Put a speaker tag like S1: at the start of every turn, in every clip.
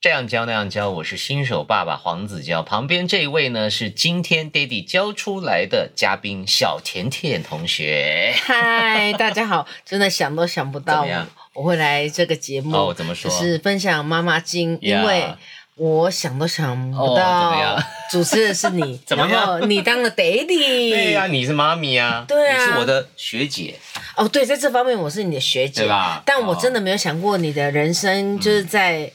S1: 这样教那样教，我是新手爸爸黄子佼，旁边这一位呢是今天 Daddy 教出来的嘉宾小甜甜同学。
S2: 嗨，大家好！真的想都想不
S1: 怎
S2: 到
S1: 么样，
S2: 我会来这个节目，
S1: 哦，怎么说？
S2: 嗯就是分享妈妈经，因
S1: Yeah
S2: 为我想都想
S1: 哦怎
S2: 不
S1: 么
S2: 到
S1: 样，
S2: 主持人是你，
S1: 怎么
S2: 然
S1: 样
S2: 后你当了 daddy，
S1: 对哎呀、你是妈咪呀、
S2: 对啊
S1: 你是我的学姐，
S2: 哦，对，在这方面我是你的学姐
S1: 对，吧？哦
S2: 但我真
S1: 的、
S2: 的没有想过你的人
S1: 哦
S2: 生就是在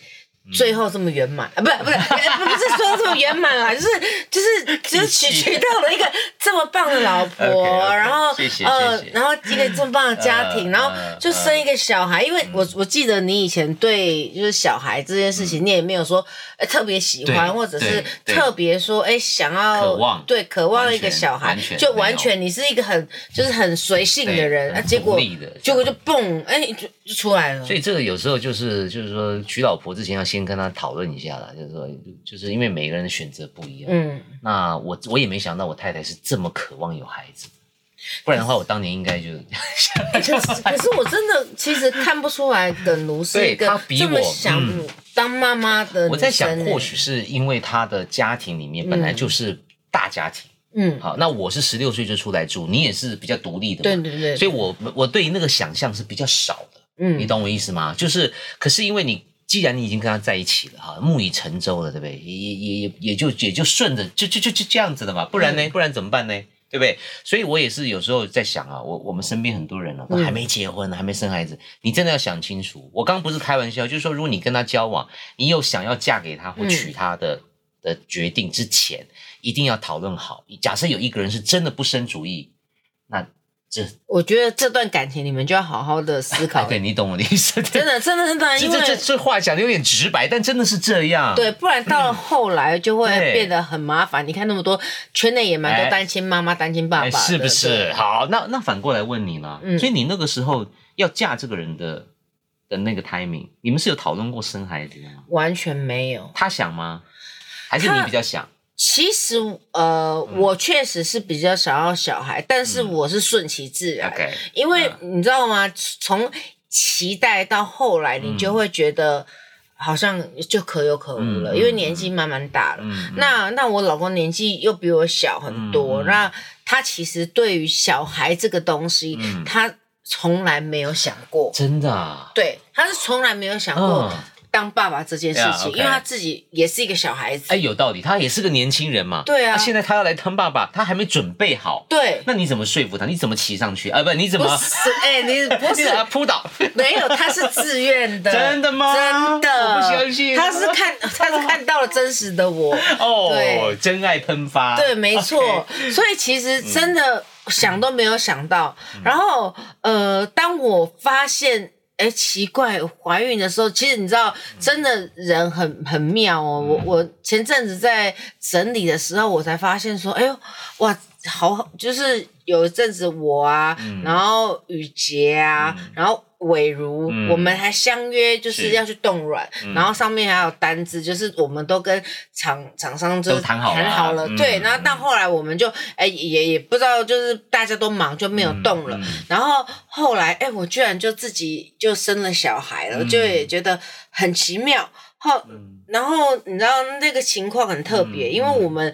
S2: 最后这么圆满、
S1: 嗯
S2: 啊，不是不是不是说这么圆满啦，就是 就是只是娶
S1: 脾气
S2: 娶到了一个这么棒的老 婆
S1: OK，OK，
S2: 然后
S1: 谢谢
S2: 呃
S1: 谢谢
S2: 然后一个这么棒的家庭，
S1: 嗯
S2: 然后
S1: 嗯
S2: 就生一个小孩，因为
S1: 嗯
S2: 我我记得你以前对就是小孩这件事情，你也没有说、呃特别喜欢，
S1: 嗯对
S2: 或者是
S1: 对对
S2: 特别说哎想要
S1: 渴望
S2: 对渴望一个
S1: 完全
S2: 小孩
S1: 完，全
S2: 就
S1: 没
S2: 完
S1: 有
S2: 全你是一个很就是很随性
S1: 对
S2: 的人，
S1: 很
S2: 啊，结果
S1: 独立的
S2: 结果就蹦哎、就就出来了
S1: 所。以这个有时候就是就是说娶老婆之前要先跟她讨论一下啦，就是说就是因为每个人的选择不一样。
S2: 嗯，
S1: 那我我也没想到我太太是这么渴望有孩子，不然的话我当年应该就
S2: 哎可是可是我真的其实看不出来耿如是
S1: 对
S2: 一个
S1: 她比
S2: 这么
S1: 我
S2: 想
S1: 嗯
S2: 当妈妈的
S1: 我在想
S2: 女生，欸
S1: 或许是因为她的家庭里面本来就是大家庭。
S2: 嗯，
S1: 好，那我是十六岁就出来住，你也是比较独立的
S2: 对
S1: 嘛，
S2: 对对，
S1: 所以我我对于那个想象是比较少的。
S2: 嗯
S1: 你懂我意思吗？就是，可是因为你既然你已经跟他在一起了哈，木已成舟了，对不对？也也也也就也就顺着就就就就这样子了嘛，不然
S2: 嗯
S1: 呢？不然怎么办呢？对不对？所以我也是有时候在想啊，我我们身边很多人啊，
S2: 嗯
S1: 还没结婚，还没生孩子，你真的要想清楚。我刚不是开玩笑，就是说，如果你跟他交往，你有想要嫁给他或
S2: 嗯
S1: 娶他的、的决定之前，一定要讨论好。假设有一个人是真的不生主意，那这
S2: 我觉得这段感情你们就要好好的思考
S1: 哎，对你懂我的意思？对
S2: 真的真的真的，
S1: 这
S2: 因
S1: 这这
S2: 为
S1: 这话讲的有点直白，但真的是这样。哎
S2: 对，不然到了后来就会
S1: 嗯对
S2: 变得很麻烦。你看那么多圈内也蛮
S1: 哎
S2: 多单亲妈妈、单亲爸
S1: 哎，
S2: 爸的，
S1: 是不
S2: 对
S1: 是？？好，那那反过来问你啦，
S2: 嗯
S1: 所以你那个时候要嫁这个人的的那个 timing，你们是有讨论过生孩子的吗？
S2: 完全没有。
S1: 他想吗？还是你
S2: 他
S1: 比较想？
S2: 其实，呃，
S1: 嗯
S2: 我确实是比较想要小孩，但是我是顺其自然，
S1: OK，
S2: 因为
S1: 嗯
S2: 你知道吗？从期待到后来，你就会觉得好像就可有可无了，
S1: 嗯
S2: 因为年纪慢慢大了。
S1: 嗯，
S2: 那那我老公年纪又比我小很
S1: 嗯
S2: 多，
S1: 嗯
S2: 那他其实对于小孩这个东西，
S1: 嗯
S2: 他从来没有想过，
S1: 真的啊，
S2: 对，他是从来没有想过
S1: 嗯，
S2: 当爸爸这件事情，
S1: Yeah，OK
S2: 因为他自己也是一个小孩子，
S1: 哎，有道理，他也是个年轻人嘛。
S2: 对啊
S1: 那现在他要来当爸爸，他还没准备好，
S2: 对。
S1: 那你怎么说服他？你怎么骑上去？啊，不，你怎
S2: 不
S1: 么？
S2: 是，哎、你不
S1: 你
S2: 是
S1: 怎么扑倒？
S2: 没有，他是自愿 的，
S1: 真的吗
S2: 真的，
S1: 我不相信
S2: 他是 看，他是看到了真实的我，
S1: 哦
S2: 对，
S1: 真爱喷发。
S2: 对，没错
S1: 啊 OK 嗯
S2: 所以其实真的想都没有想到。然后，呃，当我发现。哎，奇怪，怀孕的时候，其实你知道，
S1: 嗯
S2: 真的人很很妙哦。我我前阵子在整理的时候，我才发现说，哎呦，哇，好，就是有一阵子我啊，
S1: 嗯
S2: 然后雨杰啊，然后伟如，
S1: 嗯
S2: 我们还相约就是
S1: 是嗯
S2: 要去冻卵，然后上面还有单子，就是我们都跟厂厂商就
S1: 都
S2: 是
S1: 谈好了
S2: 谈好了，
S1: 嗯
S2: 对，然后到后来我们就哎、也也不知道，就是大家都忙就没
S1: 嗯
S2: 有动了。然后后来哎、我居然就自己就生了小孩了，
S1: 嗯
S2: 就也觉得很奇妙。后
S1: 嗯
S2: 然后你知道那个情况很特别，
S1: 嗯
S2: 因为我们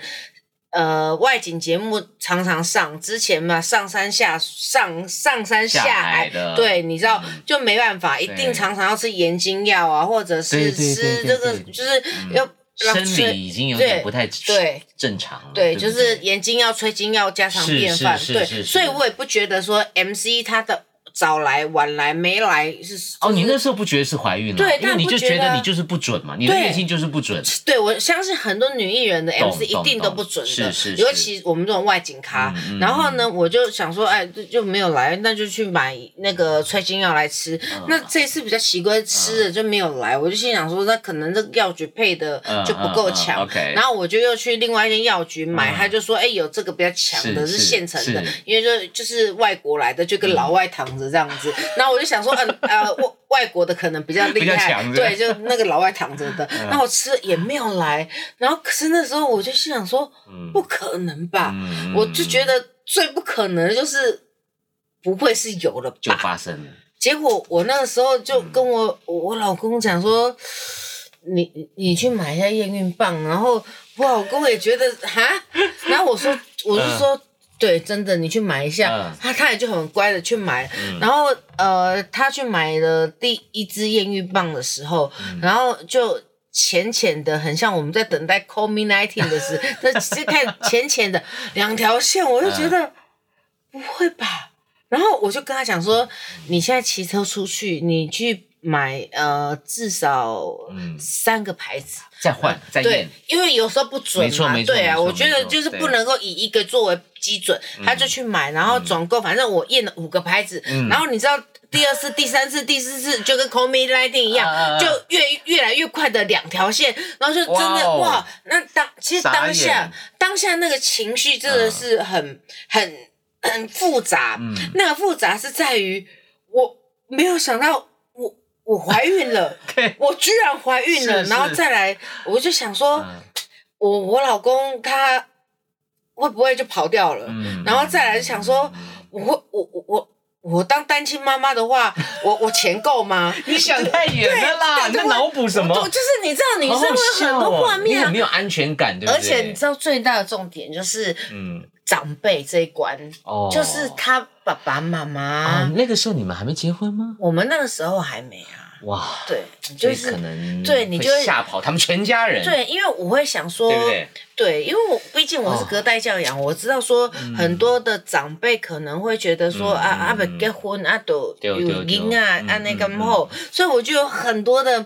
S2: 呃外景节目常常上，之前嘛上山下上上山下
S1: 下
S2: 海
S1: 海的
S2: 对，你知道、
S1: 嗯
S2: 就没办法，一定常常要吃盐精药啊，或者
S1: 对
S2: 是
S1: 对对
S2: 吃
S1: 对
S2: 这个
S1: 对嗯
S2: 就是要让
S1: 生
S2: 催
S1: 理已经有点不太
S2: 对
S1: 正常了。
S2: 对，
S1: 不
S2: 就是盐精要催精要家常便饭，
S1: 是是是
S2: 对
S1: 是，是
S2: 所以我也不觉得说 MC 他的早来晚来没来是
S1: 哦，你
S2: 就是
S1: 那时候不觉得是怀孕了，
S2: 对
S1: 因为你就觉
S2: 当然不觉得
S1: 得
S2: 啊
S1: 你就是不准嘛，你的
S2: 对
S1: 月经就是不准。
S2: 对我相信很多女艺人的
S1: 懂
S2: MC 一
S1: 懂
S2: 定都
S1: 懂
S2: 不准
S1: 是
S2: 的
S1: 是，是
S2: 尤其我们这种外景咖
S1: 嗯嗯。
S2: 然后呢，我就想说，哎，就就没有来，那就去买那个催经药来吃。
S1: 嗯
S2: 那这次比较奇怪，吃了就没有来，我就心想说，那可能这个药局配的
S1: 嗯
S2: 就不够
S1: 嗯嗯
S2: 强。
S1: OK 嗯
S2: 然后我就又去另外一间药局买，他就说，哎，有这个比较强的，
S1: 是
S2: 是
S1: 是
S2: 现成的
S1: 是，
S2: 因为就就是外国来的，就跟老外躺着这样子。然后我就想 说，嗯呃，外外国的可能比较厉
S1: 比较
S2: 害
S1: 强，嗯
S2: 对，就那个老外躺着的。然后我吃了也没有来，然后可是那时候我就心想说，不可能吧？
S1: 嗯
S2: 我就觉
S1: 得
S2: 得最不可能的就是不会是有了
S1: 就
S2: 吧？
S1: 发生了，
S2: 结果我那个时候就跟我、我老公讲说，你你你去买一下验孕棒，然后我老公也觉得哈，然后我说我就说。对，真的，你去买一下，
S1: 嗯
S2: 他他也就很乖的去买，然后呃，他去买了第一支验孕棒的时候，然后就浅浅的，很像我们在等待 c o m i nineteen 的时候，那只是看浅浅的两条线，我就觉得、不会吧，然后我就跟他讲说，你现在骑车出去，你去买呃至少
S1: 嗯
S2: 三个牌子，
S1: 再换再
S2: 对
S1: 验，，
S2: 因为有时候不准
S1: 没
S2: 嘛，
S1: 错没错
S2: 对啊，
S1: 没错
S2: 我觉得
S1: 没错
S2: 就是
S1: 对嗯
S2: 不能够以一个作为基准，他就去买，然后总共反正我验了五个牌子，
S1: 嗯
S2: 然后你知道。第二次、第三次、第四次就跟 Call Me Lightning 一样，
S1: 啊啊啊
S2: 就越越来越快的两条线，然后就真的
S1: 哇哦
S2: 哇，那当其实
S1: 傻
S2: 当下
S1: 眼
S2: 当下那个情绪真的是很、很很复杂，
S1: 嗯
S2: 那个复杂是在于我没有想到我我怀孕了
S1: 对，
S2: 我居然怀孕了，
S1: 是是
S2: 然后再来我就想说，
S1: 嗯
S2: 我我老公他会不会就跑掉了？
S1: 嗯
S2: 然后再来就想说，我会我我我我当单亲妈妈的话，我我钱 够吗？
S1: 你想太远了啦，你
S2: 对
S1: 在脑补什么
S2: 我？就是你知道，你
S1: 好
S2: 是
S1: 好
S2: 会
S1: 笑
S2: 很多画
S1: 哦，你
S2: 面、
S1: 很
S2: 啊
S1: 没，有安全感，对不对？
S2: 而且你知道最大的重点就是
S1: 嗯，
S2: 长辈这一关，
S1: 哦，
S2: 就是他爸爸妈妈
S1: 啊，。那个时候你们还没结婚吗？
S2: 我们那个时候还没啊，
S1: 哇，
S2: 对，你
S1: 所以
S2: 就
S1: 可
S2: 是
S1: 能
S2: 对你就会
S1: 会吓跑他们全家人，
S2: 对，因为我会想说，
S1: 对不对？
S2: 对，因为我毕竟我是隔代教养，我知道说很多的长辈可能会觉得说、
S1: 嗯
S2: 啊啊
S1: 嗯
S2: 不结婚啊都
S1: 对
S2: 有
S1: 对对
S2: 婴啊
S1: 嗯
S2: 啊那个
S1: 嗯嗯
S2: 后，所以我就有很多的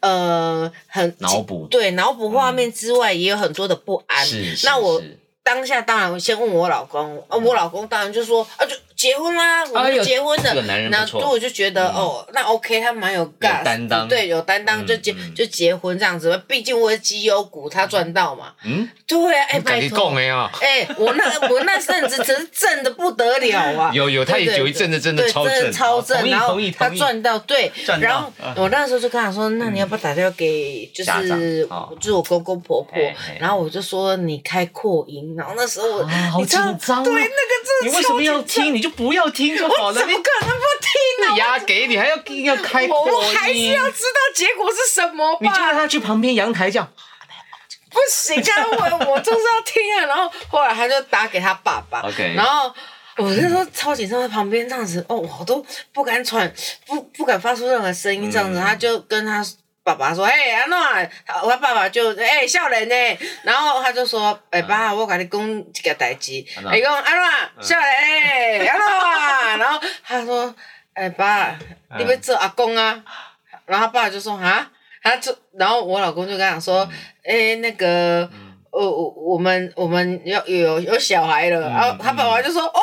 S2: 呃很
S1: 脑补嗯
S2: 对脑补画面之外，也有很多的不安。
S1: 是，是
S2: 那我
S1: 是
S2: 当下当然先问我老公，
S1: 嗯
S2: 啊我老公当然就说啊就结婚啦，我
S1: 哎
S2: 们
S1: 呦
S2: 结婚的，
S1: 这个男人
S2: 那
S1: 不错嗯
S2: 我就觉得、哦，那 OK，他蛮有 gas，
S1: 担当
S2: 对，有担当
S1: 嗯
S2: 就结、
S1: 嗯
S2: 就结婚这样子，毕竟我是绩优股，他赚到嘛，
S1: 嗯，
S2: 对啊，哎、拜
S3: 你讲
S2: 托，
S3: 的啊，
S2: 哎、我那我那阵子真是挣的不得了 啊，
S3: 有有，他
S2: 对
S3: 也
S2: 对
S3: 有一阵子真的
S2: 对，
S3: 超
S2: 真的
S3: 正，
S2: 超
S1: 同
S2: 正，
S1: 意
S2: 然后
S1: 同意
S2: 他
S1: 同意
S2: 赚到对，
S1: 赚到
S2: 然后
S1: 啊
S2: 我那时候就跟他说，那你要不要打电话给就
S1: 家长哎
S2: 是
S1: 哦
S2: 就是我公公婆婆
S1: 嘿嘿，
S2: 然后我就说你开扩音，然后那时候我
S1: 啊好
S2: 你知道
S1: 紧张啊
S2: 对那个
S1: 你
S2: 真的
S1: 为什么要
S2: 超紧张？
S1: 听？你就不要听就好
S2: 我
S1: 了。
S2: 怎
S1: 你
S2: 么可能不听呢？
S1: 压给 你，还要硬要开扩
S2: 我
S1: 音，
S2: 我还是要知道结果是什么
S1: 你就让
S2: 吧，
S1: 他去旁边阳台这样，
S2: 不行，这样我我就是要听啊。然后后来他就打给他爸爸
S1: OK
S2: 然后我那时候超紧张，在旁边这样子，哦，我都不敢喘，不不敢发出任何声音，这样子，他就跟他爸爸说：“哎、安诺，我爸爸就哎笑人呢。”然后他就说：“哎、爸，我跟你讲几个代志。”
S1: 诺
S2: 哎，讲安诺笑人呢，安诺。然后他说：“哎、爸，你要做阿公啊？”然后他爸就说：“啊。”他就，然后我老公就跟他讲说：“哎、
S1: 嗯
S2: 那个。呃，我我们我们要有有小孩
S1: 嗯
S2: 了，然后他爸爸就说：“哦，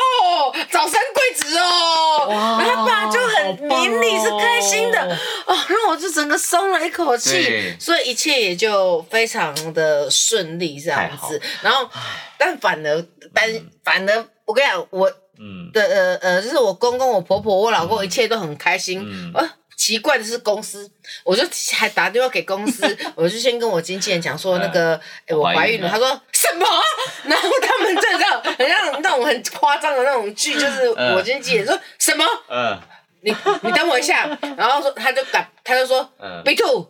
S2: 早生贵子哦。”然后他爸就很明理是开心的
S1: 好棒
S2: 哦
S1: 哦
S2: 然后我就整个松了一口气
S1: 对，
S2: 所以一切也就非常的顺利这样
S1: 太好
S2: 子。然后，但反而但反而我跟你讲，我
S1: 嗯，
S2: 的呃呃，就是我公公、我婆婆、我老公，一切都很开心。
S1: 嗯
S2: 呃，奇怪的是公司，我就还打电话给公 司，我就先跟我经纪人讲说那个，哎、我怀
S1: 嗯怀
S2: 孕
S1: 孕
S2: 了。
S1: 了
S2: 他说什么？ 然后他们就这样，很像那种很夸张的那种剧，就是
S1: 嗯
S2: 我经纪人说什么？
S1: 嗯
S2: 你你等我一下，然后说他就打，他就说
S1: 嗯
S2: B two。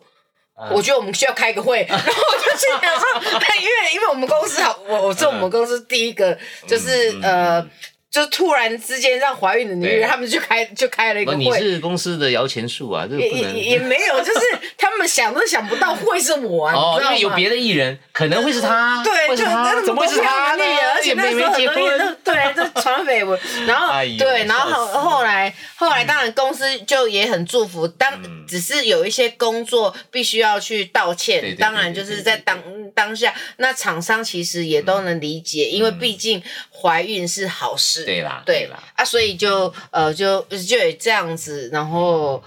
S2: 我觉得我们需要开个会，然后我就心想
S1: 嗯
S2: 说，对，因为因为我们公司好，我我是我们公司第一个，就是、
S1: 嗯
S2: 呃，就突然之间让怀孕的女人，
S1: 对
S2: 他们就开就开了一个
S1: 那你
S2: 会，
S1: 是公司的摇钱树啊，这个
S2: 也
S1: 不
S2: 也也
S1: 能
S2: 也没有，就是他们想都想不到会是 我啊，
S1: 哦，因
S2: 你
S1: 为
S2: 知道
S1: 有
S2: 吗？
S1: 别的艺人，可能会是他，
S2: 对，
S1: 会
S2: 就是那
S1: 他，
S2: 种
S1: 怎么会是他
S2: 女
S1: 呢
S2: 儿，而且
S1: 也
S2: 那
S1: 没没
S2: 时候很
S1: 结
S2: 多人都
S1: 婚，
S2: 对， 就传绯闻，然后、
S1: 哎呦
S2: 对，然后
S1: 笑死
S2: 后后来后来当然公司就也很祝福，当、
S1: 嗯
S2: 只是有一些工作必须要去道歉，
S1: 对对对
S2: 当然就是在当当下，那厂商其实也都能理解，因为
S1: 嗯
S2: 毕竟怀孕是好事，
S1: 对啦
S2: 对
S1: 对啦
S2: 啊，所以就呃就就也这样子，然后。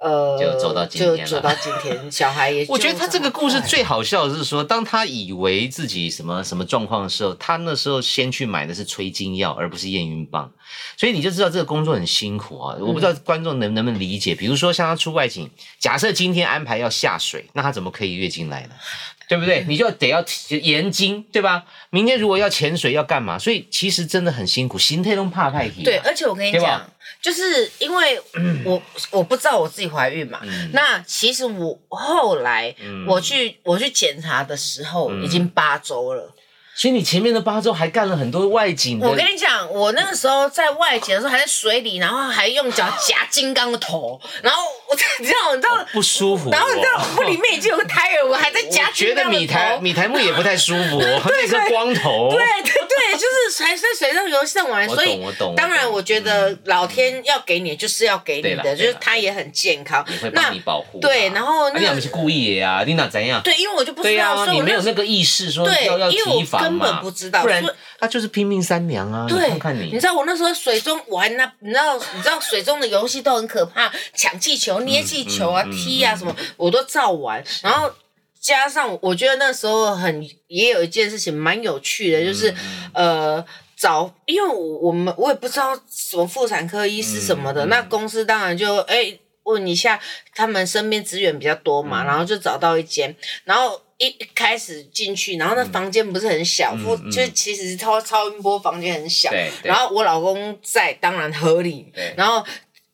S2: 呃，
S1: 就走到今天了
S2: 就走到今天，小孩也就长 大了。
S1: 我觉得他这个故事最好笑的是说，当他以为自己什么什么状况的时候，他那时候先去买的是催经药，而不是验孕棒，所以你就知道这个工作很辛苦啊。我不知道观众能能不能理解，比如说像他出外景，假设今天安排要下水，那他怎么可以月经来呢？对不对？嗯你就得要研经，对吧？明天如果要潜水要干嘛？所以其实真的很辛苦，心态都怕啊派皮。
S2: 对，而且我跟你
S1: 对吧
S2: 讲，就是因 为我我不知道我自己怀孕嘛，
S1: 嗯
S2: 那其实我后来我去我去检查的时候
S1: 嗯
S2: 已经八周了。
S1: 所以你前面的八周还干了很多外景的，
S2: 我跟你讲，我那个时候在外景的时候还在水里，然后还用脚夹金刚的头，然后我 你知道你知道，
S1: 不舒服哦。
S2: 然后你知道我里面已经有个胎儿，我还在夹
S1: 我觉
S2: 金
S1: 得
S2: 刚的
S1: 米台
S2: 头。
S1: 米台木也不太舒服，那个光头。
S2: 对对对，就是还在水上游上玩，
S1: 哦我懂
S2: 所以
S1: 我懂我
S2: 当然
S1: 懂
S2: 我觉得老天要给你就是要给
S1: 对
S2: 你
S1: 啦
S2: 的，就
S1: 对
S2: 是
S1: 啦
S2: 他也很健康
S1: 也会，
S2: 那
S1: 帮你保护啊。
S2: 对然后那
S1: 啊你俩不是故意的啊？你哪怎样？
S2: 对，因为我就不
S1: 对
S2: 知道，
S1: 啊，
S2: 所以
S1: 你
S2: 我
S1: 没
S2: 那
S1: 有那个意识说
S2: 对
S1: 要要
S2: 因为我
S1: 提防
S2: 根本
S1: 嘛
S2: 不知道
S1: 不然
S2: 所以
S1: 他就是拼命三娘啊！
S2: 对，
S1: 你看看你，
S2: 知道我那时候水中，我还那，你知道，你知道水中的游戏都很可怕，抢气球、捏气球啊、
S1: 嗯嗯
S2: 踢啊什么，我都照玩。然后加上，我觉得那时候很也有一件事情蛮有趣的，就是、
S1: 嗯
S2: 呃。找，因为我我们我也不知道什么妇产科医师什么的，
S1: 嗯嗯
S2: 那公司当然就哎、问一下他们身边资源比较多
S1: 嗯
S2: 嘛，然后就找到一间，然后一一开始进去，然后那房间不是很小，
S1: 嗯
S2: 妇、
S1: 嗯
S2: 就是其实超超音波房间很小，
S1: 对对
S2: 然后我老公在，当然合理
S1: 对。嗯
S2: 然后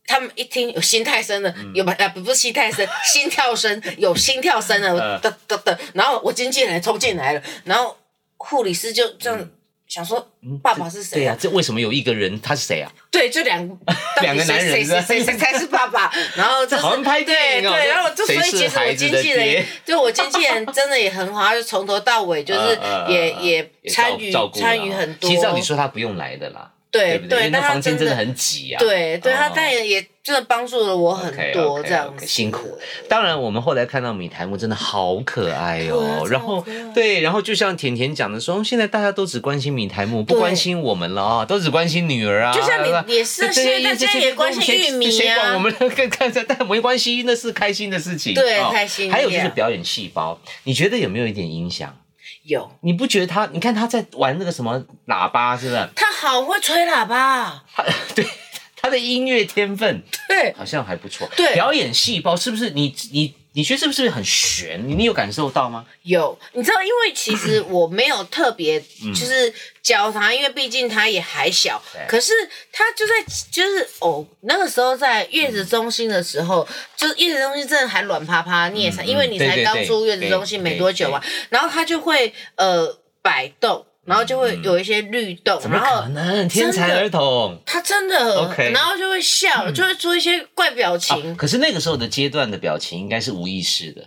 S2: 他们一听有心太深了，有不呃不不是心太深，心跳声有心跳声了，
S1: 嗯
S2: 噔噔噔。然后我经纪人冲进来了，然后护理师就这样想说，爸爸是谁
S1: 对嗯
S2: 啊
S1: 啊，？这为什么有一个人他是谁啊？
S2: 对，就两 到底
S1: 两个
S2: 谁
S1: 男人
S2: 谁
S1: 是吧
S2: 谁谁谁才是爸爸？然后就
S1: 这
S2: 是
S1: 好像拍
S2: 对
S1: 电影哦
S2: 对，然后就所
S1: 谁
S2: 以
S1: 是
S2: 其实我
S1: 孩子
S2: 经
S1: 的
S2: 纪人
S1: 爹，
S2: 对我经纪人真的也很好，他就从头到尾就是
S1: 嗯嗯嗯
S2: 也
S1: 嗯
S2: 也参与
S1: 照照顾啦
S2: 参与很多。
S1: 其实照理说他不用来的啦，
S2: 对
S1: 对不因
S2: 对，
S1: 为那
S2: 但他
S1: 房间
S2: 真
S1: 真的很挤啊。
S2: 对对，他
S1: 哦
S2: 但也也真的帮助了我很
S1: OK，OK，OK，
S2: 多，这样子
S1: 辛苦。当然，我们后来看到米台木真的好可爱
S2: 对啊
S1: 哦。然
S2: 超
S1: 后
S2: 可爱
S1: 对，然后就像甜甜讲的说，哦现在大家都只关心米台木，
S2: 对
S1: 不关心我们了啊，都只关心女儿啊。
S2: 就像你
S1: 对吧
S2: 也是啊
S1: 对对
S2: 现在大家
S1: 这些
S2: 也关心
S1: 谁
S2: 玉米啊
S1: 谁管我们跟看着，但没关系，那是开心的事情。
S2: 对
S1: 哦
S2: 开心
S1: 还有就
S2: 一
S1: 是
S2: 点
S1: 表演细胞，你觉得有没有一点影响？
S2: 有
S1: 你不觉得他？你看他在玩那个什么喇叭，是不是？
S2: 他好会吹喇叭，
S1: 他 对他的音乐天分。
S2: 对
S1: 好像还不错。
S2: 对
S1: 表演细胞是不是你你你觉得是不是很悬？你你有感受到吗？
S2: 有。你知道，因为其实我没有特别就是教他，因为毕竟他也还小
S1: 嗯对。
S2: 可是他就在就是哦，那个时候在月
S1: 嗯
S2: 子中心的时候，就是月子中心真的还软趴趴，你也才
S1: 嗯
S2: 因为你
S1: 对
S2: 才
S1: 对
S2: 刚
S1: 对
S2: 出月子
S1: 对
S2: 中心没
S1: 对
S2: 多久嘛，然后他就会呃摆动，然后就会有一些律动，
S1: 嗯怎么
S2: 然后
S1: 可能？天才儿童。
S2: 他真的
S1: OK 嗯
S2: 然后就会笑，就会做一些怪表
S1: 啊
S2: 情。
S1: 可是那个时候的阶段的表情应该是无意识的，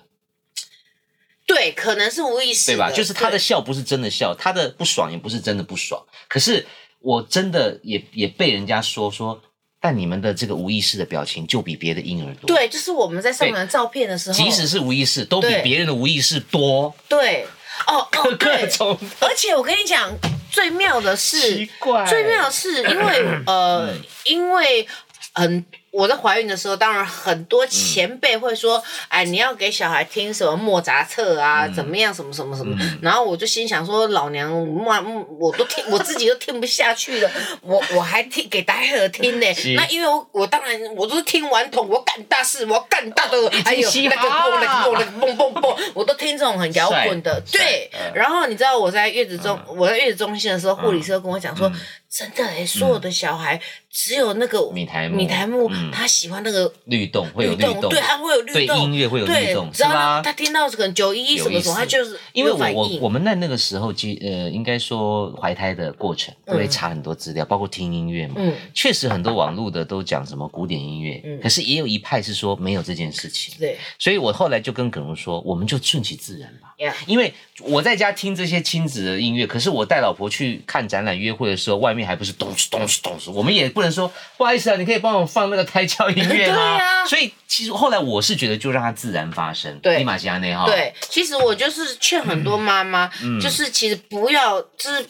S2: 对，可能是无意识
S1: 对
S2: 的，
S1: 吧？就是他的
S2: 对
S1: 笑不是真的笑，他的不爽也不是真的不爽。可是我真的也也被人家说说，但你们的这个无意识的表情就比别的婴儿多。，
S2: 对，就是我们在上传照片的时候，
S1: 即使是无意识，都比
S2: 对
S1: 别人的无意识多。
S2: 对哦哦
S1: 各
S2: 对，
S1: 种
S2: 而且我跟你讲，最妙的是
S1: 奇，怪，
S2: 最妙的是因为呃，因为很。我在怀孕的时候，当然很多前辈会说：“哎，你要给小孩听什么莫扎特啊，怎么样，什么什么什么。然后我就心想说：“老娘妈，我都听我自己都听不下去了，我我还听给戴尔听呢、
S1: 是
S2: 那因为我我当然我都是听完桶，我干大事，我要干大的，还有
S1: 嘻
S2: 那个
S1: 哈啊
S2: 蹦那个蹦那个蹦蹦蹦，我都听这种很摇滚的。
S1: 帅
S2: 对
S1: 帅嗯，嗯
S2: 然后你知道我在月子中，我在月子中心的时候，护理师就跟我讲说，真的哎、所有的小孩只有那个
S1: 米苔木
S2: 米苔木，
S1: 嗯
S2: 他喜欢那个
S1: 律动会有律动，
S2: 对，他会有律
S1: 对
S2: 动，
S1: 音乐会有律动
S2: 对只要
S1: 是吧
S2: 他他听到可能九一一什么什么，
S1: 有意思
S2: 他就是
S1: 因为
S2: 有
S1: 我
S2: 反
S1: 我
S2: 应
S1: 我们在那个时候，其呃，应该说怀胎的过程都会查很多资料，包括听音乐嘛。
S2: 嗯
S1: 确实很多网络的都讲什么古典音乐，可是也有一派是说没有这件事情。
S2: 对
S1: 所以我后来就跟耿如说，我们就顺其自然吧。
S2: 呀
S1: 因为我在家听这些亲子的音乐，可是我带老婆去看展览、约会的时候，外面还不是咚哧咚哧咚哧，我们也不能说不好意思啊，你可以帮我放那个胎教音乐吗？
S2: 对啊
S1: 所以其实后来我是觉得就让它自然发生，
S2: 对
S1: 立马加内哈，，
S2: 对，其实我就是劝很多妈妈，
S1: 嗯
S2: 就是其实不要就是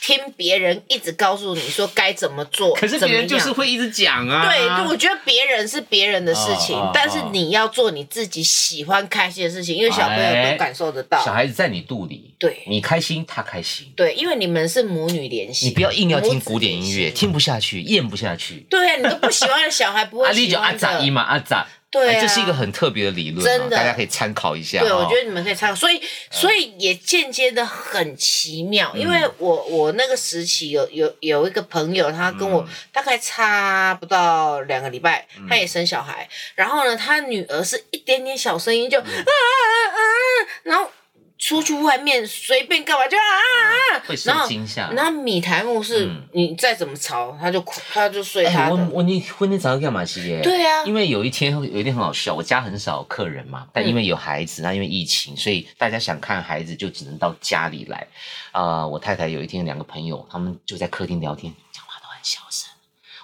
S2: 听别人一直告诉你说该怎么做，
S1: 可是
S2: 怎
S1: 别
S2: 么
S1: 人就是
S2: 样
S1: 会一直讲啊，
S2: 对，我觉得别人是别人的事情，
S1: 哦哦
S2: 但是你要做你自己喜欢开心的事情，因为小朋友都感受得到。
S1: 哎小孩子在你肚里，
S2: 对
S1: 你开心，他开心，
S2: 对，因为你们是母女联系，
S1: 你不要硬要听古典音
S2: 母子
S1: 乐，
S2: 联系。
S1: 听不下去，咽不下去。
S2: 对啊，你都不喜欢的小孩不 会
S1: 阿丽
S2: 喜
S1: 就阿
S2: 欢
S1: 扎伊
S2: 的。
S1: 嘛阿扎，
S2: 对啊
S1: 哎这是一个很特别的理论、啊，
S2: 真的
S1: 大家可以参考一下、哦。
S2: 对，我觉得你们可以参考，
S1: 嗯
S2: 所以所以也间接的很奇妙，因为我我那个时期有有有一个朋友，他跟
S1: 嗯
S2: 我大概差不到两个礼拜，他也生小孩，然后呢，他女儿是一点点小声音
S1: 嗯
S2: 就啊啊啊，然后出去外面随便干嘛就啊啊啊，
S1: 会受
S2: 然后
S1: 惊吓。
S2: 然后米台木是
S1: 嗯
S2: 你再怎么吵，他就哭，他就睡
S1: 哎
S2: 他
S1: 我
S2: 的，
S1: 我你婚礼早上干嘛去耶？
S2: 对啊
S1: 因为有一天有一天很好笑，我家很少客人嘛，但因为有孩子，那因为疫情，所以大家想看孩子就只能到家里来。啊、我太太有一天两个朋友，他们就在客厅聊天，讲话都很小声。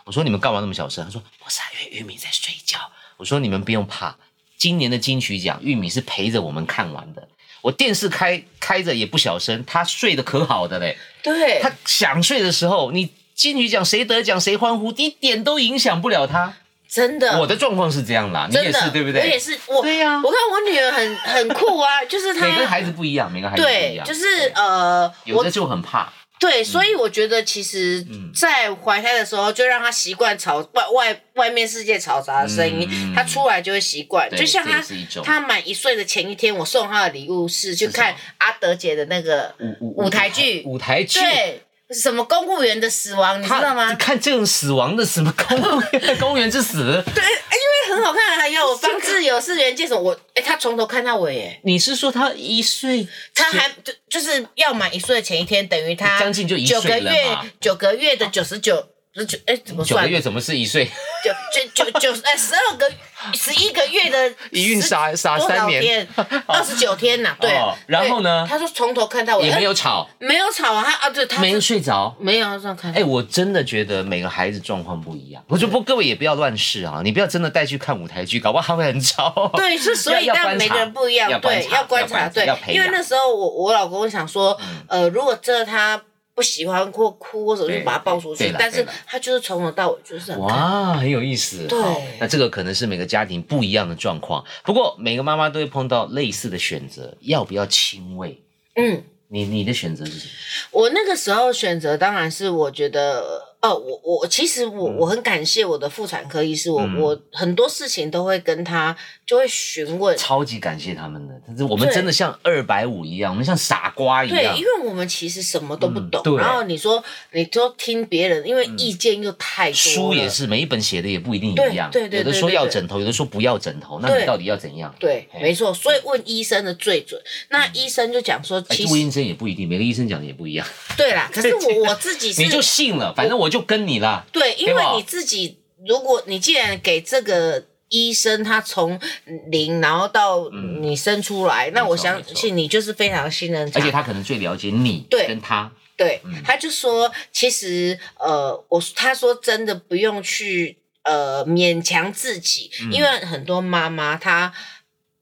S1: 我说你们干嘛那么小声？他说不是啊，因为玉米在睡觉。我说你们不用怕，今年的金曲奖玉米是陪着我们看完的。我电视开开着也不小声，他睡得可好的嘞。
S2: 对，
S1: 他想睡的时候，你金曲奖谁得奖谁欢呼，一点都影响不了他。
S2: 真的，
S1: 我的状况是这样啦，你
S2: 真
S1: 也
S2: 的
S1: 是对不
S2: 我也
S1: 对？
S2: 是，我
S1: 对呀
S2: 我看我女儿很 很酷啊，就是她
S1: 每个孩子不一样，每个孩子不一
S2: 对，
S1: 样，
S2: 就是呃，
S1: 有嗯
S2: 我
S1: 的就很怕，
S2: 对，所以我觉得其实，在怀胎的时候就让她习惯吵外外外面世界嘈杂的声音，
S1: 嗯
S2: 她出来就会习惯。
S1: 对
S2: 就像
S1: 这也
S2: 她
S1: 是一种
S2: 她满一岁的前一天，我送她的礼物是去
S1: 是什
S2: 看
S1: 么
S2: 阿德姐的那个
S1: 舞舞
S2: 舞台剧，
S1: 舞台剧。
S2: 对，什么公务员的死亡，你知道吗
S1: 你？看这种死亡的什么公务 员公务员之死，
S2: 对，因为很好看，啊还有方志友是原介绍我，哎，她从头看到尾，哎。
S1: 你是说他一岁
S2: 他还就就是要满一岁的前一天，等于他
S1: 将近就一岁
S2: 九
S1: 了
S2: 个月
S1: 嘛，
S2: 九个月的九十九，不是九哎怎么
S1: 九
S2: 算
S1: 个？月怎么是一岁？
S2: 九九九九哎十二个十一个月的
S1: 一孕傻傻三 年，
S2: 二十九天呐，对
S1: 哦。然后呢
S2: 对他说从头看到尾，
S1: 也没
S2: 哎
S1: 有 吵，
S2: 没有吵啊，他啊对，他
S1: 没
S2: 是
S1: 有睡着。
S2: 没有这样看
S1: 哎、，我真的觉得每个孩子状况不一样，我就不各位也不要乱试啊，你不要真的带去看舞台剧，搞不好他会很吵。
S2: 对，是所以
S1: 要要
S2: 但
S1: 观
S2: 每个人
S1: 察
S2: 不一样
S1: 要，观
S2: 对，
S1: 察
S2: 要观
S1: 要观察
S2: 察，对
S1: 要，培
S2: 因为
S1: 养
S2: 那时候我我老公想说，呃，如果真的他不喜欢或哭或者
S1: 对
S2: 就把他抱出
S1: 对
S2: 去
S1: 啦，
S2: 但
S1: 对
S2: 是
S1: 啦
S2: 他就是从头到尾就是很看
S1: 哇，很有意思。
S2: 对
S1: 好那这个可能是每个家庭不一样的状况，不过每个妈妈都会碰到类似的选择，要不要亲喂？
S2: 嗯，
S1: 你你的选择是什么？
S2: 我那个时候选择当然是我觉得，哦，我我其实我、我很感谢我的妇产科医师，我、
S1: 嗯
S2: 我很多事情都会跟他就会询问。
S1: 超级感谢他们的，但是我们
S2: 对
S1: 真的像二百五一样，我们像傻瓜一
S2: 对
S1: 样，
S2: 因。为我们其实什么都不懂
S1: 嗯，对嗯
S2: 然后你说你就听别人，因为意见又太多了。
S1: 书也是每一本写的也不一定一样，
S2: 对对对
S1: 有的
S2: 对
S1: 说
S2: 对
S1: 要
S2: 对
S1: 枕头，有的说不要枕头，那你
S2: 对
S1: 到底要怎样？
S2: 对，
S1: 嘿嗯
S2: 没错。所以问医生的最准，那医生就讲说，
S1: 哎，
S2: 其
S1: 朱
S2: 实、
S1: 医生也不一定，每个医生讲的也不一样，
S2: 对啦，可是
S1: 对
S2: 我我自己是
S1: 你就信了，反正我就跟你啦。
S2: 对，因
S1: 对
S2: 为
S1: 吧
S2: 你自己，如果你既然给这个医生他从零，然后到你生出来，
S1: 嗯没
S2: 那
S1: 错
S2: 我相
S1: 没错
S2: 信你就是非常信任他。
S1: 而且他可能最了解你，
S2: 对
S1: 跟他，
S2: 对，他就说，其实呃，我他说真的不用去呃勉强自己，
S1: 嗯
S2: 因为很多妈妈她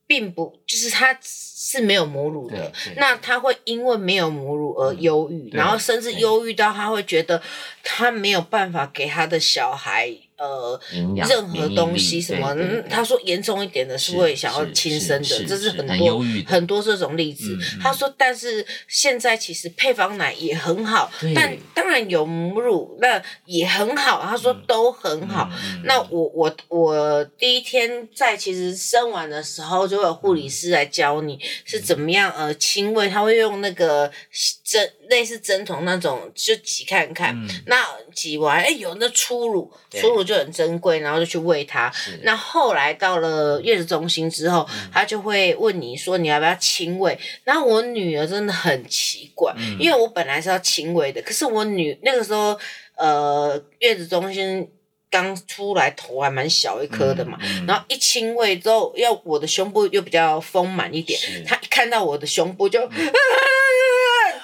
S2: 并不就是她是没有母乳的
S1: 对对，嗯
S2: 那她会因为没有母乳而忧郁，
S1: 对
S2: 然后甚至
S1: 对
S2: 忧郁到她会觉得她没有办法给她的小孩呃
S1: 营养
S2: 任何
S1: 免疫
S2: 东
S1: 力
S2: 西什
S1: 对
S2: 么，
S1: 对
S2: 嗯
S1: 对，
S2: 他说严重一点的是
S1: 是
S2: 会想要
S1: 是
S2: 亲
S1: 是
S2: 生
S1: 是
S2: 的，这
S1: 是
S2: 很
S1: 很忧
S2: 多
S1: 郁的
S2: 很多这种例子
S1: 嗯嗯。
S2: 他说，但是现在其实配方奶也很好
S1: 对，
S2: 但当然有母乳那也很好，他说都很好。
S1: 嗯
S2: 那我我我第一天在其实生完的时候，就有护理师来教
S1: 嗯
S2: 你是怎么样呃亲喂，他会用那个针类似针筒那种就挤看看，
S1: 嗯
S2: 那挤完哎有那初乳，
S1: 对
S2: 初乳就很珍贵，然后就去喂它。
S1: 是嗯
S2: 那后来到了月子中心之后，他就会问你说你要不要亲喂。然后我女儿真的很奇怪，
S1: 嗯
S2: 因为我本来是要亲喂的，可是我女那个时候呃月子中心刚出来头还蛮小一颗的嘛，
S1: 嗯嗯
S2: 然后一亲喂之后，要我的胸部又比较丰满一点
S1: 是，嗯
S2: 她一看到我的胸部就。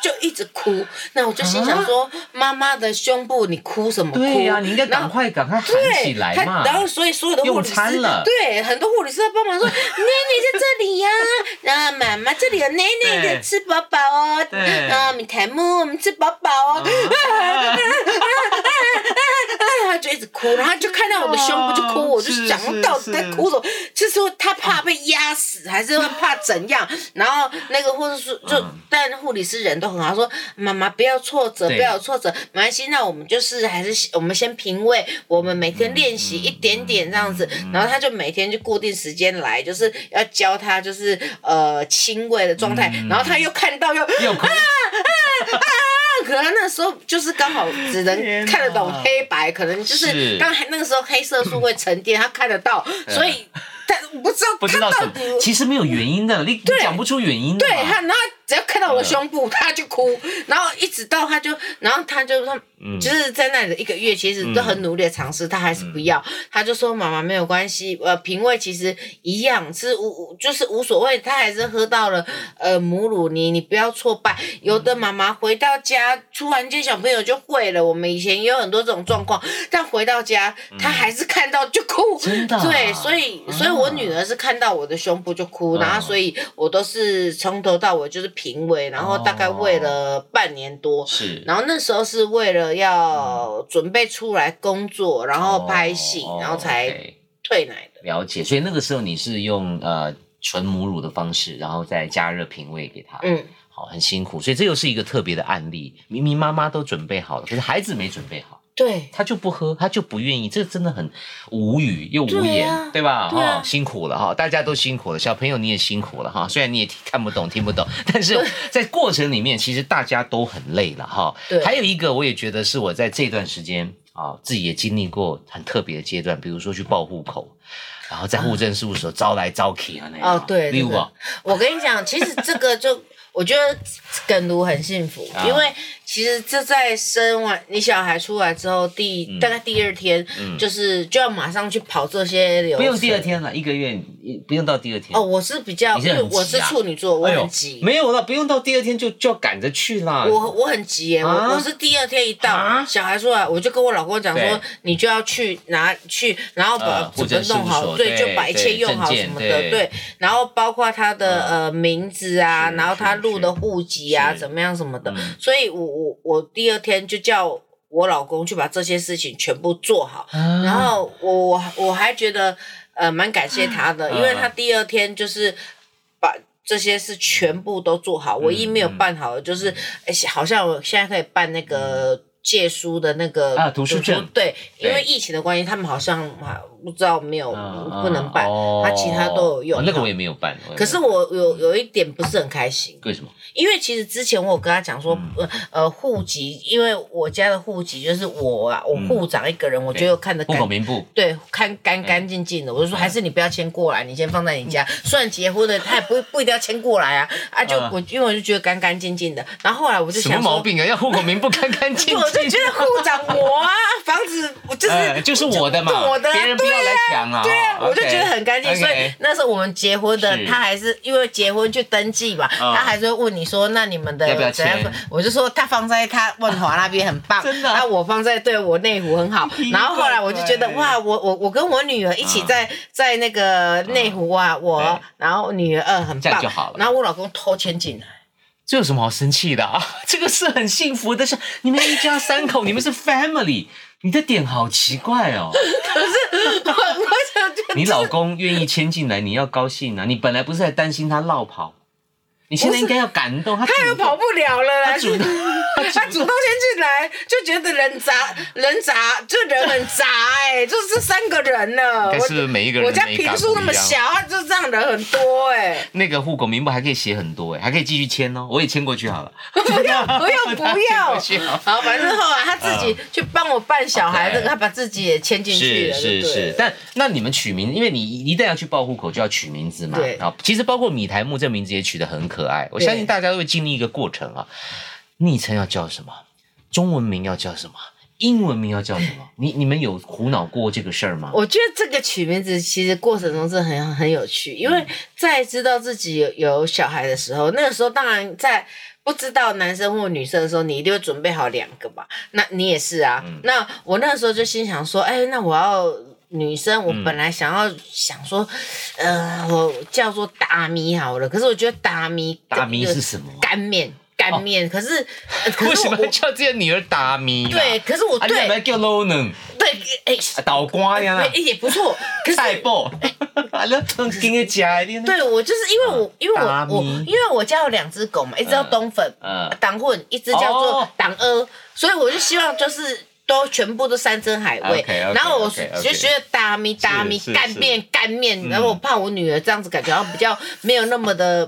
S2: 就一直哭，那我就心想说，妈妈的胸部你哭什么哭？
S1: 啊对呀、你应该赶快赶快喊起
S2: 对，
S1: 来
S2: 他
S1: 嘛。
S2: 然后所以所有的护
S1: 用
S2: 理师
S1: 餐了
S2: 对很多护理师在帮忙说，奶奶在这里呀、然后妈妈这里有奶奶
S1: 对
S2: 的，吃饱饱哦，
S1: 对
S2: 嗯，米苔木我们吃饱饱哦，
S1: 啊
S2: 啊他就一直哭，然后他就看到我的胸部就哭，我就是想
S3: 是
S2: 到底在
S3: 是
S2: 哭什么？就是说他怕被压死，还是怕怎样？然后那个护士说，就但护理师人都很好，他说妈妈不要挫折，不
S1: 对
S2: 要有挫折，没关系，那我们就是还是我们先平胃，我们每天练习一点点这样子，然后他就每天就固定时间来，就是要教他就是呃轻微的状态，然后他又看到又
S1: 又哭，
S2: 可能那时候就是刚好只
S3: 天
S2: 能
S3: 哪
S2: 看得懂黑白，可能就是是刚才那个时候黑色素会沉淀，他看得到，所以但我不知道
S1: 嗯不知道
S2: 他
S1: 什
S2: 到
S1: 么
S2: 底，
S1: 其实没有原因的，你你讲不出原因的
S2: 对
S1: 嘛。
S2: 他，然后他只要看到我的胸部， 他就哭，然后一直到他就，然后他就他就是在那里的一个月，其实都很努力的尝试，他还是不要，他就说妈妈没有关系，呃，平胃其实一样是无就是无所谓，他还是喝到了呃母乳你你不要挫败，有的妈妈回到家突然间小朋友就会了，我们以前也有很多这种状况，但回到家他还是看到就哭，
S1: 真的啊
S2: 对，所以所以我女儿是看到我的胸部就哭，然后所以我都是从头到尾就是平尾，然后大概喂了半年多。
S1: 是，
S2: 然后那时候是为了要准备出来工作，然后拍戏，
S1: 哦
S2: 然后才
S1: OK
S2: 退奶的。
S1: 了解。所以那个时候你是用呃纯母乳的方式，然后再加热平喂给他。
S2: 嗯，
S1: 好，很辛苦，所以这又是一个特别的案例。明明妈妈都准备好了，可是孩子没准备好，
S2: 对，
S1: 他就不喝，他就不愿意，这真的很无语又无言，
S2: 对啊
S1: 吧？
S2: 对啊
S1: 哦，辛苦了哈，大家都辛苦了，小朋友你也辛苦了哈。虽然你也看不懂、听不懂， 但是在过程里面，其实大家都很累了哈。
S2: 对
S1: 还有一个，我也觉得是我在这段时间啊、自己也经历过很特别的阶段，比如说去报户口。然后在户政事务所招来招去啊，那种
S2: 哦对
S1: 例如
S2: 这个
S1: 啊，
S2: 我跟你讲，其实这个就我觉得耿如很幸福，
S1: 啊
S2: 因为其实这在生完你小孩出来之后，第、大概第二天，就是就要马上去跑这些流程。
S1: 不用第二天了，一个月一不用到第二天
S2: 哦，我是比较，
S1: 你
S2: 因
S1: 是很
S2: 为
S1: 急啊
S2: 我是处女座，我
S1: 哎呦
S2: 很急。
S1: 没有了，不用到第二天就就要赶着去啦。
S2: 我我很急耶、
S1: 啊
S2: 我我是第二天一到，
S1: 啊
S2: 小孩出来，我就跟我老公讲
S1: 对
S2: 说，你就要去拿去，然后把
S1: 呃
S2: 整
S1: 户
S2: 个
S1: 政事务
S2: 弄好，
S1: 所
S2: 对，
S1: 对
S2: 就把一切
S1: 对
S2: 用好
S1: 证件
S2: 什么的，
S1: 对嗯
S2: 对，然后包括他的呃名字啊，
S1: 是
S2: 然后他
S1: 是
S2: 录的
S1: 是
S2: 户籍啊，
S1: 是嗯
S2: 怎么样什么的，所以我我我第二天就叫我老公去把这些事情全部做好，
S1: 啊
S2: 然后我我我还觉得呃蛮感谢他的，因为他第二天就是把这些事全部都做好，唯一没有办好的就是，哎好像我现在可以办那个。借嗯书的那个
S1: 啊图书证
S2: 对，因
S1: 对
S2: 为疫情的关系，他们好像还不知道没有
S1: 嗯
S2: 不能办，
S1: 哦
S2: 他其他都
S1: 哦
S2: 有用。
S1: 那个我也没有办，我也没有
S2: 可是我有有一点不是很开心，
S1: 为什么？
S2: 因为其实之前我有跟他讲说，呃呃，户籍，因为我家的户籍就是我啊，我户长一个人，我觉得看得
S1: 户
S2: 干
S1: 口名簿
S2: 对，看干
S1: 嗯
S2: 干净净的，我就说还是你不要迁过来，你先放在你家。虽然结婚了，他也 不不一定要迁过来啊啊！就
S1: 嗯
S2: 我因为我就觉得干干净净的，然后后来我就
S1: 什么
S2: 想说
S1: 毛，病啊？要户口 名簿干干净
S2: 我就
S1: 净。
S2: 觉得户长我啊，房子我就是、
S1: 哎就是我的嘛
S2: 就我的啊
S1: 别人不要来抢啊
S2: 对啊，
S1: 哦
S2: 我就
S1: OK，
S2: 觉得很干净。
S1: OK
S2: 所以那时候我们结婚的
S1: 是，
S2: 他还是因为结婚去登记嘛，
S1: 嗯
S2: 他还是会问你说，那你们的
S1: 要不要
S2: 怎样
S1: 签？
S2: 我就说他放在他万华那边很棒，
S1: 真的啊
S2: 啊，我放在对我内湖很好。然后后来我就觉得
S3: 奇怪
S2: 哇，我我我跟我女儿一起
S1: 嗯
S2: 在、在那个内湖啊，我
S1: 对
S2: 然后女儿二很
S1: 嗯
S2: 棒，
S1: 哎这样就好了
S2: 然后我老公偷牵进来。
S1: 这有什么好生气的啊？ 这个是很幸福的事，你们一家三口，你们是 family，你的点好奇怪 哦。
S2: 我我想觉得
S1: 你老公愿意迁进来，你要高兴啊！你本来不是还担心他落跑，你现在应该要感动他主动。
S2: 他又跑不了了啦，
S1: 他主动
S2: 他主动先进来，就觉得人杂人杂，就人很杂哎、就这三个人呢。
S1: 可
S2: 呃我
S1: 是每一个人
S2: 我家
S1: 的美感
S2: 平数那么
S1: 不一样
S2: 小，他就这样人很多哎、
S1: 那个户口名簿还可以写很多哎，还可以继续 签哦。我也签过去好啊了。
S2: 不要不要不要
S1: 不需要！
S2: 好，反正后来他自己去帮我办小孩
S1: OK
S2: 这个，他把自己也牵进
S1: 是
S2: 去了，
S1: 是
S2: 就对了
S1: 是，但那你们取名，因为你一旦要去报户口，就要取名字嘛。
S2: 对
S1: 啊，其实包括米台木这名字也取得很可爱，我
S2: 对
S1: 相信大家都会经历一个过程啊。昵称要叫什么？中文名要叫什么？英文名要叫什 么？你你们有苦恼过这个事儿吗？
S2: 我觉得这个取名字其实过程中是很很有趣，因
S1: 嗯
S2: 为在知道自己有有小孩的时候，那个时候当然在不知道男生或女生的时候，你一定会准备好两个嘛。那你也是啊。
S1: 嗯
S2: 那我那个时候就心想说，哎、那我要。女生，我本来想要想说，呃，我叫做达米好了，可是我觉得达米
S1: 达咪是什么 哦
S2: 干面，干面。可是，呃可
S1: 为
S2: 是
S1: 什
S2: 我
S1: 么叫自己的女儿达咪啦？
S2: 对，可是我哦
S1: 啊，你
S2: 对
S1: 还叫 low 呢？
S2: 对，哎、
S1: 啊倒瓜呀
S2: 哎、，也不错，可是
S1: 菜 脯，啊，那真给你夹一点。
S2: 对我就是因为我、因为
S1: 达嗯
S2: 我
S1: 哦咪
S2: 我因为我家有两只狗嘛，一只叫东粉，
S1: 嗯嗯
S2: 党混，一只叫做
S1: 哦
S2: 党阿，所以我就希望就是。都全部都山珍海味
S1: OK，OK，OK，OK
S2: 然后我就觉得大咪大咪
S1: 是是
S2: 干面干面，然后我怕我女儿这样子感觉到比较没有那么 的，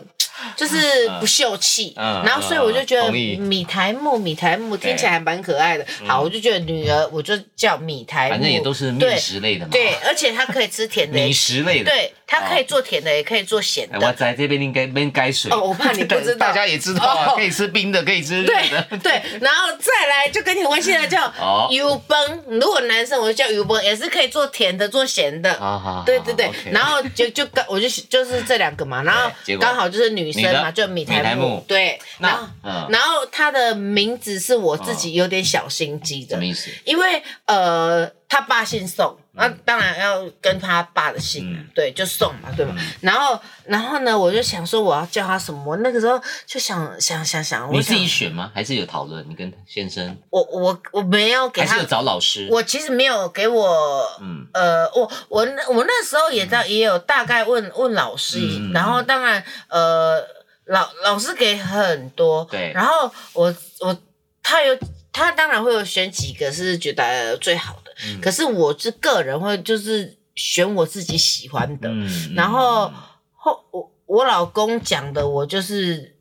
S2: 就是不秀气，
S1: 嗯嗯
S2: 然后所以我就觉得
S1: 同意嗯
S2: 米苔木米苔木听起来还蛮可爱的，好，我就觉得女儿我就叫米苔木，
S1: 反正也都是面
S2: 对
S1: 食类的嘛，
S2: 对，而且她可以吃甜的，
S1: 米食类的。
S2: 对，它可以做甜的，也可以做咸
S1: 哦哎，我
S2: 的。
S1: 在这边应该边该水。
S2: 哦我怕你不 知道
S1: 大家也知道啊，
S2: 哦
S1: 可以吃冰的，可以吃热 的。啊
S2: 对对，然后再来就跟你关系了，叫
S1: 哦
S2: 油崩。如果男生我就叫油崩，也是可以做甜的，做咸的。
S1: 好好好
S2: 对对对
S1: 好，OK，
S2: 然后就就刚我就就是这两个嘛，然后
S1: 对结果
S2: 刚好就是女生嘛，
S1: 你的
S2: 就米
S1: 米苔
S2: 苔
S1: 木
S2: 木，对，
S1: 那
S2: 然后
S1: 嗯哦
S2: 然后她的名字是我自己有点小心机
S1: 什
S2: 的
S1: 么，意思？
S2: 因为呃，他爸姓宋，那当然要跟他爸的姓啊，
S1: 嗯
S2: 对，就宋嘛，对吧？然后，然后呢，我就想说我要叫他什么，我那个时候就想想想想，
S1: 你
S2: 我
S1: 自
S2: 想
S1: 己选吗？还是有讨论？你跟先生，
S2: 我我我没有给
S1: 还是
S2: 他
S1: 有，找老师？
S2: 我其实没有给我。
S1: 嗯，
S2: 呃，我我那我那时候也在也有大概问问老师，
S1: 嗯
S2: 然后当然呃老老师给很多，
S1: 对
S2: 然后我我他有他当然会有选几个是觉得最好的，
S1: 嗯
S2: 可是我是个人会就是选我自己喜欢的，
S1: 嗯
S2: 然后后我我老公讲的我就是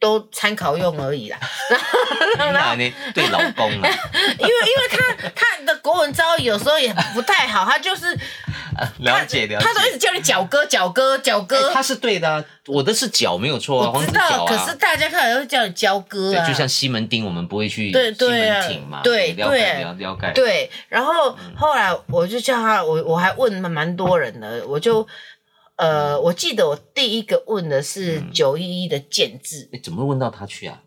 S2: 都参考用而已啦，
S1: 那呢？对老公啊，
S2: 因为因为他他的国文造诣有时候也不太好，他就是。
S1: 了解了解。
S2: 他都一直叫你脚哥，脚哥，脚哥。
S1: 哎他是对的啊，我的是脚没有错啊，
S2: 我
S1: 黄
S2: 知
S1: 子脚
S2: 道，
S1: 啊。
S2: 可是大家看来会叫你焦哥啊。
S1: 对，就像西门町，我们不会去
S2: 对
S1: 西
S2: 对啊
S1: 门町嘛，
S2: 对
S1: 了解
S2: 对
S1: 了了解。
S2: 对，然后
S1: 嗯
S2: 后来我就叫他，我我还问蛮蛮多人的，我就
S1: 嗯
S2: 呃，我记得我第一个问的是九一一的建制，
S1: 哎，怎么会问到他去啊？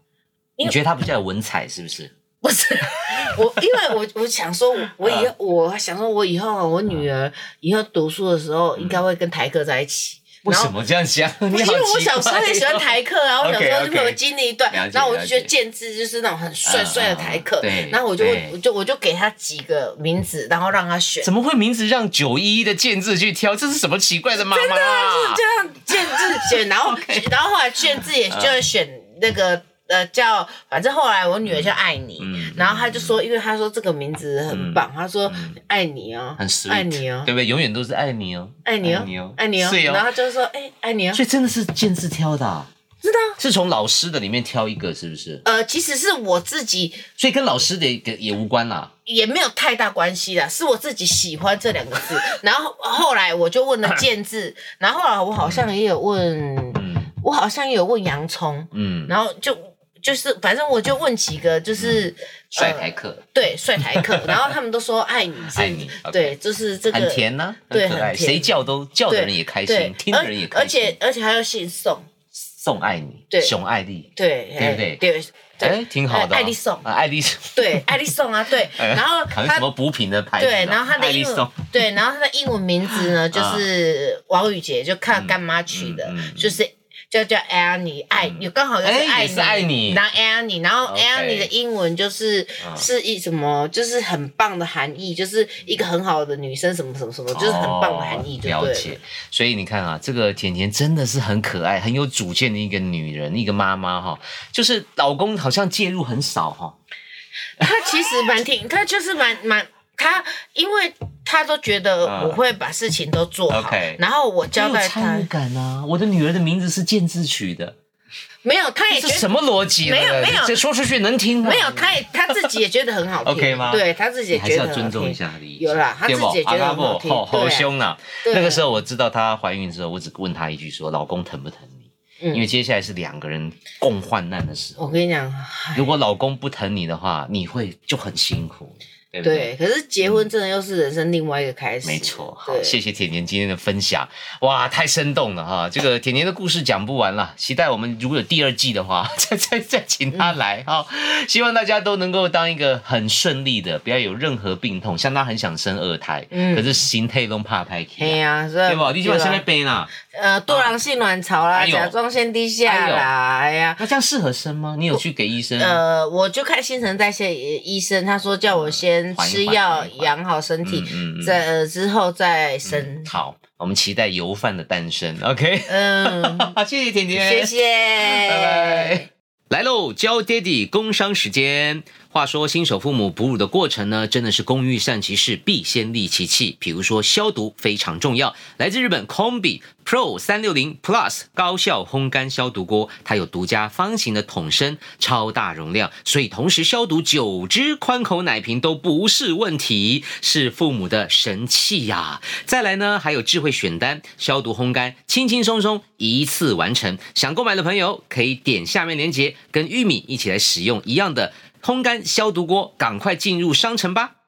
S2: 因为
S1: 你觉得他比较有文采是不是？
S2: 不是 我，因为我我想说，我以后
S1: 嗯
S2: 我想说，我以后我女儿以后读书的时候，应该会跟台哥在一起。
S1: 嗯为
S2: 然后
S1: 什么这样想？因
S2: 因为我小时候也喜欢台客啊，我小时候
S1: OK，OK
S2: 就有经历一段
S1: 哦了解，
S2: 然后我就
S1: 了解
S2: 觉得建制就是那种很帅
S1: 嗯
S2: 帅的台
S1: 嗯
S2: 客
S1: 对，
S2: 然后我就
S1: 对
S2: 我就我就给他几个名字，然后让他选。
S1: 怎么会名字让九一一的建字去挑？这是什么奇怪的妈妈啊？
S2: 就让建制选，然后然后后来建制
S1: 嗯
S2: 也就选那个呃叫，反正后来我女儿叫爱你
S1: 嗯，
S2: 然后她就说，因为她说这个名字很棒，她说爱你哦
S1: 很 sweet，，
S2: 爱你哦
S1: 对，不对？永远都是爱你哦，
S2: 爱你
S1: 爱你哦
S2: 哦，爱你哦
S1: 是，哦
S2: 然后她就说哎爱你哦，
S1: 所以真的是建字挑的、啊，
S2: 知道。
S1: 是从老师的里面挑一个，是不是？
S2: 呃，其实是我自己
S1: 所以跟老师的也也无关啦、
S2: 也没有太大关系啦，是我自己喜欢这两个字。 然后后来我就问了建字，然后后来我好像也有问，
S1: 嗯
S2: 我好像也有问洋葱，
S1: 嗯，
S2: 然后就就是反正我就问几个，就是
S1: 嗯
S2: 呃
S1: 帅台客，
S2: 对帅 台客，然后他们都说爱你，是
S1: 爱你，OK
S2: 对，就是这个
S1: 很甜呐、
S2: 呃对
S1: 很可爱，
S2: 很甜
S1: 谁叫都叫的
S2: 对
S1: 人也开
S2: 对
S1: 心，听的人也
S2: 而
S1: 开
S2: 而
S1: 心。
S2: 且而且还有姓宋，
S1: 宋爱你，
S2: 对
S1: 熊爱丽，
S2: 对
S1: 对不对
S2: 哎对对
S1: 哎，挺好的啊、
S2: 哎爱丽宋
S1: 啊，爱丽宋，
S2: 对爱丽宋啊， 对，
S1: 哎
S2: 然后
S1: 好像什
S2: 他
S1: 么补品的牌子啊、
S2: 对，然后他
S1: 爱
S2: 的
S1: 丽
S2: 英
S1: 宋
S2: 文，对，然后他的英文名字 呢，就是王宇杰，就看干妈取的
S1: 嗯嗯嗯，嗯
S2: 就是。就叫 Annie，爱有刚好又是
S1: 哎
S2: 爱
S1: 也
S2: 你，
S1: 是爱你
S2: 然后 Annie，然后
S1: OK
S2: Annie 的英文就是
S1: 嗯
S2: 是一什么，就是很棒的含义，就是一个很好的女生，什么什么什么，就是很棒的含义，
S1: 哦
S2: 就
S1: 了
S2: 对
S1: 解。所以你看啊，这个甜甜真的是很可爱、很有主见的一个女人，一个妈妈哈。就是老公好像介入很少哈。
S2: 了。 她其实蛮挺，她就是蛮蛮，她因为她都觉得
S1: 嗯
S2: 我会把事情都做好
S1: OK，
S2: 然后我交
S1: 很有
S2: 代
S1: 参
S2: 她
S1: 与，感啊！我的女儿的名字是建字取的，
S2: 没有，她也
S1: 这
S2: 哎觉得
S1: 什么逻辑呢？
S2: 没有没有
S1: 这说出去能听吗？
S2: 没有，他也他自己也觉得很好听
S1: OK 吗
S2: 对他自己也
S1: 还
S2: 觉
S1: 是
S2: 得
S1: 要
S2: 很好
S1: 尊重一
S2: 听
S1: 下他的意见，
S2: 有啦，他自
S1: 对不
S2: 己也觉得很好听，
S1: 好好
S2: 对啊
S1: 凶啊！
S2: 对啊
S1: 那个时候我知道她怀孕之后，我只问她一句说：“老公疼不疼你？”
S2: 嗯
S1: 因为接下来是两个人共患难的时候。
S2: 我跟你讲，
S1: 如果老公不疼你的话，你会就很辛苦，对不对？
S2: 对，可是结婚真的又是人生另外一个开始，
S1: 没错，好，
S2: 对，
S1: 谢谢甜甜今天的分享，哇，太生动了哈！这个甜甜的故事讲不完了，期待我们如果有第二季的话， 再再再请她来哈、希望大家都能够当一个很顺利的，不要有任何病痛。像她很想生二胎，
S2: 嗯
S1: 可是心态都怕拍
S2: 嘿
S1: 开、
S2: 呀，所以
S1: 对吧？你就往
S2: 对啊
S1: 现在背啦，
S2: 呃，多囊性卵巢啦，
S1: 哎呦
S2: 甲状腺低下啦，哎
S1: 嗯
S2: 呀。呃
S1: 那这样适合生吗？你有去给医生？
S2: 呃，我就看新陈代谢医医生，他说叫我先先
S1: 嗯缓一
S2: 吃
S1: 缓
S2: 药
S1: 缓一缓
S2: 养好身体，
S1: 嗯嗯嗯
S2: 再、呃之后再 生。
S1: 好，我们期待油饭的诞生。OK，
S2: 嗯，
S1: 谢谢甜甜，
S2: 谢谢，
S1: 拜拜。来喽，教爹地工商时间。话说，新手父母哺乳的过程呢，真的是工欲善其事，必先利其器。比如说，消毒非常重要。来自日本 Combi Pro 三六零 Plus 高效烘干消毒锅，它有独家方形的桶身，超大容量，所以同时消毒九只宽口奶瓶都不是问题，是父母的神器呀、再来呢，还有智慧选单、消毒烘干，轻轻松松一次完成。想购买的朋友可以点下面链接，跟玉米一起来使用一样的烘干消毒锅，赶快进入商城吧。